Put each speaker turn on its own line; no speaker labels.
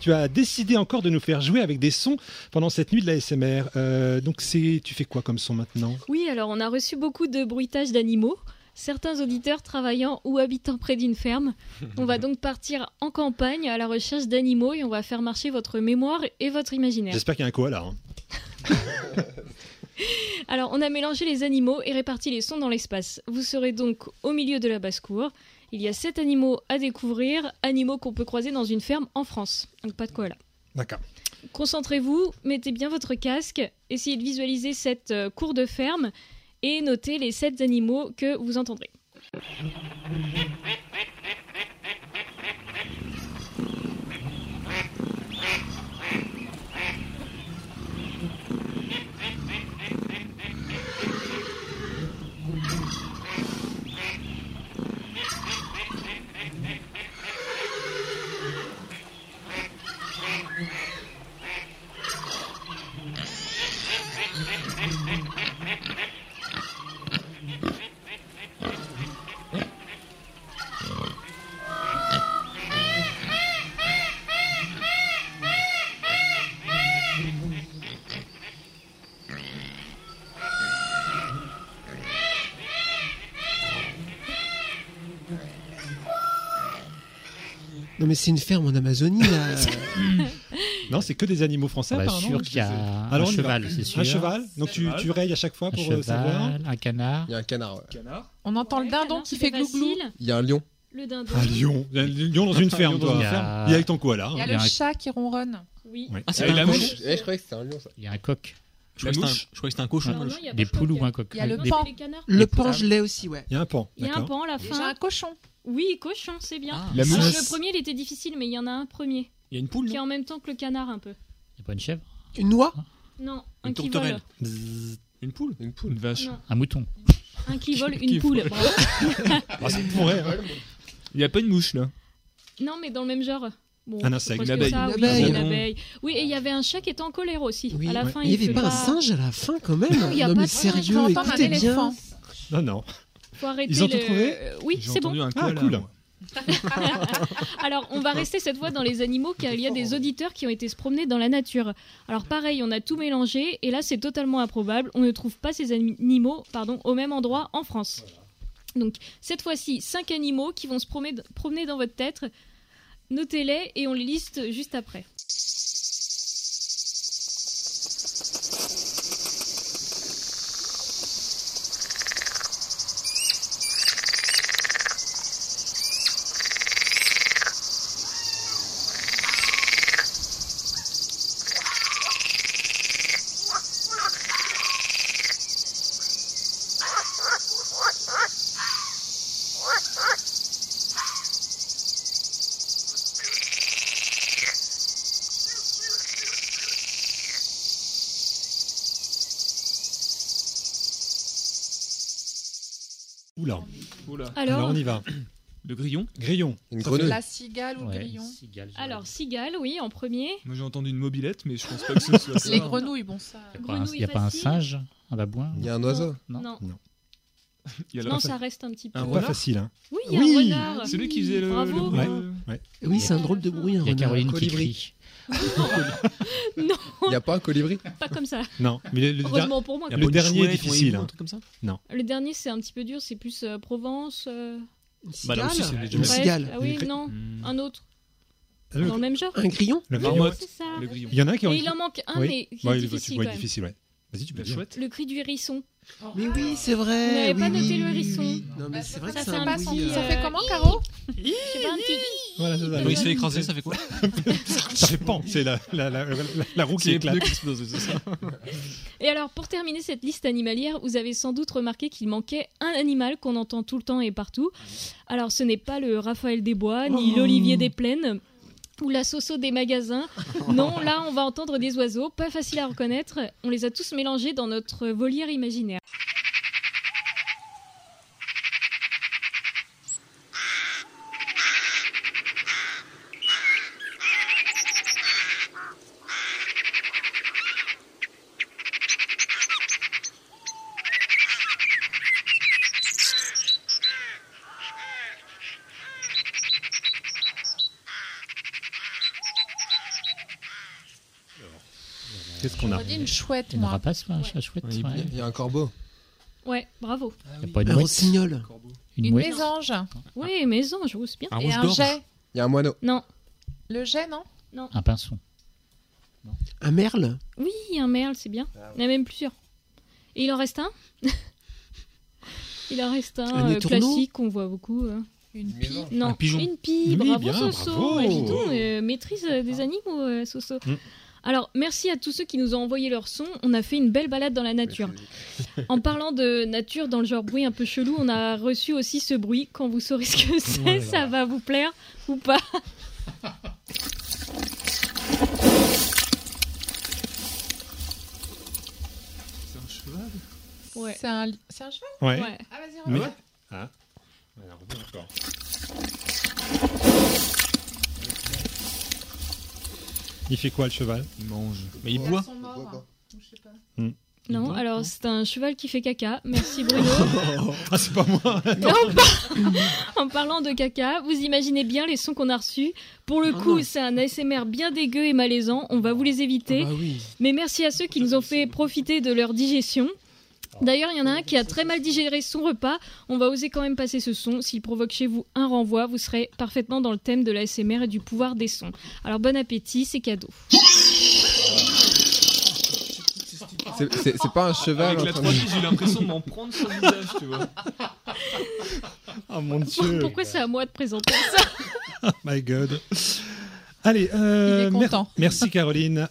tu as décidé encore de nous faire jouer avec des sons pendant cette nuit de la SMR. Euh, donc c'est, tu fais quoi comme son maintenant
Oui, alors on a reçu beaucoup de bruitages d'animaux. Certains auditeurs travaillant ou habitant près d'une ferme. On va donc partir en campagne à la recherche d'animaux et on va faire marcher votre mémoire et votre imaginaire.
J'espère qu'il y a un koala. hein.
Alors, on a mélangé les animaux et réparti les sons dans l'espace. Vous serez donc au milieu de la basse-cour. Il y a sept animaux à découvrir, animaux qu'on peut croiser dans une ferme en France. Donc, pas de koala.
D'accord.
Concentrez-vous, mettez bien votre casque, essayez de visualiser cette euh, cour de ferme et notez les sept animaux que vous entendrez.
Non, mais c'est une ferme en Amazonie, là.
Non, c'est que des animaux français,
On est
apparemment.
Bah, sûr qu'il y a un
Alors, on Ah y va.
cheval, c'est sûr.
Un cheval. Donc tu, tu rayes à chaque fois
Un
pour euh,
cheval,
savoir.
un canard.
Il y a un canard. ouais.
On entend le
Ouais,
dindon
alors,
qui
c'était
fait glouglou.
facile.
Il y a un lion.
Le dindon.
Ah, lion. Un lion dans une ferme, toi.
une
Il y
ferme.
a- Il y a avec ton koala.
Il
hein.
y a
Il y
le
a un-
chat qui ronronne.
Oui.
Ouais.
Ah, c'est
Ah,
pas
la
un coq.
mouche. Ouais, je croyais que c'était un lion ça.
Il y a un coq.
La
Je crois que
mouche Je croyais que c'était un cochon.
Alors, non, il y a
Des
pas de
poules ou
coq.
un coq.
Il y a le
Non, c'est
Des-
pan.
Ah, les canards.
Le pangelet aussi, ouais.
Il y a un pan.
Il y a un
d'accord.
pan à la
J'ai un
fin.
cochon.
Oui, cochon, c'est bien.
Ah,
La
Ah,
mouche.
le premier, il était difficile, mais il y en a un premier.
Il y a une poule,
Qui est
non
en même temps que le canard, un peu.
Il y a pas une chèvre.
Une noix
Non, un
Une
qui vole.
tourterelle. Une poule
Une poule.
Une vache.
Non,
Un mouton.
un qui vole,
Qui
une poule. Bravo.
Ah, ça pourrait, hein.
Il n'y a pas une mouche, là.
Non, mais dans le même genre. Bon,
Un insecte.
presque
Une abeille.
ça,
Une
oui, c'est
abeille.
une abeille. Oui, et il y avait un chat qui était en colère aussi.
Oui,
à la
ouais.
fin,
Il n'y
il
avait
fait
pas un singe à la fin, quand même.
il y a
non,
pas
mais
de singe,
Je peux
sérieux,
entendre un
écoutez bien.
éléphant.
Non, non.
Faut arrêter
Ils ont tout
le-
trouvé
Euh, Oui,
J'ai
c'est bon.
entendu un
Ah,
koala,
cool.
moi.
Alors, on va rester cette fois dans les animaux, car il y a des auditeurs qui ont été se promener dans la nature. Alors, pareil, on a tout mélangé, et là, c'est totalement improbable. On ne trouve pas ces ani- animaux pardon, au même endroit en France. Donc, cette fois-ci, cinq animaux qui vont se promener, promener dans votre tête. Notez-les et on les liste juste après.
Oula.
Oula.
Alors,
Alors, on y va.
Le grillon
Grillon.
Une
Ça
grenouille.
La cigale ou le
Ouais,
grillon.
une cigale, j'aurais
alors
dit.
cigale, oui, en premier.
Moi, j'ai entendu une mobilette, mais je pense pas que ce soit ça.
Les grenouilles, bon ça.
Il y a pas un-
grenouille
il y a pas un
facile.
singe, un babouin.
Il y a un oiseau.
Non,
Non.
non.
Il y a la-
Non, ça reste un petit peu.
Un Ah.
Pas
renard
facile, hein.
Oui, il y a
Oui.
un renard.
Celui qui faisait le.
Bravo.
le-
Ouais.
le-
Oui, c'est un drôle de bruit. hein.
Il y a Caroline qui
colibri.
crie.
Il n'y a pas un colibri.
Pas comme ça.
Non. Mais le, le-
Heureusement pour moi.
Il y a
quoi.
Le
pas une
dernier est
chouette ou un
difficile,
hibou,
hein.
Un truc comme ça
Le dernier, c'est un petit peu dur. C'est plus euh, Provence. euh,
Une
Bah, là aussi,
cigale.
c'est les
Une
jumelles.
cigale.
Ah oui,
Le-
non.
Hmm.
Un autre.
Le-
Dans le même genre.
Un grillon
le grillon.
Marmotte.
C'est ça.
Le grillon.
Il y en a qui ont.
Et il en manque un,
Oui.
mais qui
Ouais,
est
il-
difficile
ouais,
quand même.
difficile, ouais. Vas-y, tu peux
La
dire.
chouette
Le cri du hérisson.
Mais oui, c'est
Oh. Vous
vrai.
n'avez
oui,
pas
oui,
noté
oui,
le
oui,
hérisson
oui. Non, mais c'est vrai que
Bah, Ça
c'est
fait
un
pas
bruit,
sans-
euh,
ça fait comment,
euh,
Caro
Je sais pas, un petit i.
Voilà, c'est ça.
Quand il se fait écraser, ça fait quoi
Ça fait pan. C'est la, la, la, la, la roue qui
C'est les
éclate.
pneus qui explosent, c'est ça
Et alors, pour terminer cette liste animalière, vous avez sans doute remarqué qu'il manquait un animal qu'on entend tout le temps et partout. Alors, ce n'est pas le Raphaël des Bois, ni
Oh.
l'Olivier des Plaines, ou la Soso des magasins. Non, là, on va entendre des oiseaux, pas faciles à reconnaître. On les a tous mélangés dans notre volière imaginaire.
Qu'est-ce qu'on a
J'aurais dit une chouette,
Une
moi.
rapace, ouais, un chat chouette.
Ouais, il est
ouais.
bien.
Il y a un corbeau.
Ouais, bravo.
Il y a pas une
Un
mouette.
rossignol.
Une
mouette.
mésange.
Ouais, mais anges, c'est bien.
Un
Et un
rouge-gorge.
jet.
Il y a un moineau.
Non.
Le jet, non
Un pinson.
Un merle.
Oui, un merle, c'est bien.
Ah
Il y en a même plusieurs. Et il en reste un Il en reste un,
Un
euh,
étourneau
classique qu'on voit beaucoup. hein.
Une
Mais
pie.
non.
Non,
Un pigeon.
une pie.
Oui,
bravo
bien,
Soso.
bravo.
Ouais, dis donc, euh, maîtrise euh, des animaux, euh, Soso.
Mm.
Alors, merci à tous ceux qui nous ont envoyé leurs sons. On a fait une belle balade dans la nature. En parlant de nature dans le genre bruit un peu chelou, on a reçu aussi ce bruit. Quand vous saurez ce que c'est,
Voilà.
ça va vous plaire ou pas.
C'est un cheval
Ouais.
C'est un, li- c'est un cheval
Ouais.
Ouais.
Ah, vas-y,
Mais-
regarde.
Ah. Alors, on revient encore. Il fait quoi le cheval
Il mange. Mais il
Les
boit.
sont morts.
boit pas.
Ou je sais pas.
Non, alors c'est un cheval qui fait caca. Merci Bruno.
Ah, c'est pas moi
en parlant de caca, vous imaginez bien les sons qu'on a reçus. Pour
Ah
le coup, c'est un ASMR bien dégueu et malaisant. On va vous les éviter.
Ah bah oui.
Mais merci à ceux qui nous ont fait profiter de leur digestion. D'ailleurs, il y en a un qui a très mal digéré son repas. On va oser quand même passer ce son. S'il provoque chez vous un renvoi, vous serez parfaitement dans le thème de l'ASMR et du pouvoir des sons. Alors bon appétit, c'est cadeau.
C'est- C'est c'est pas un cheval.
Avec
en
la
train
3
de-
j'ai eu l'impression de m'en prendre sur le visage, tu vois.
Oh mon dieu
Pourquoi c'est à moi de présenter ça
My god Allez,
Il
euh,
est
mer-
content.
merci Caroline.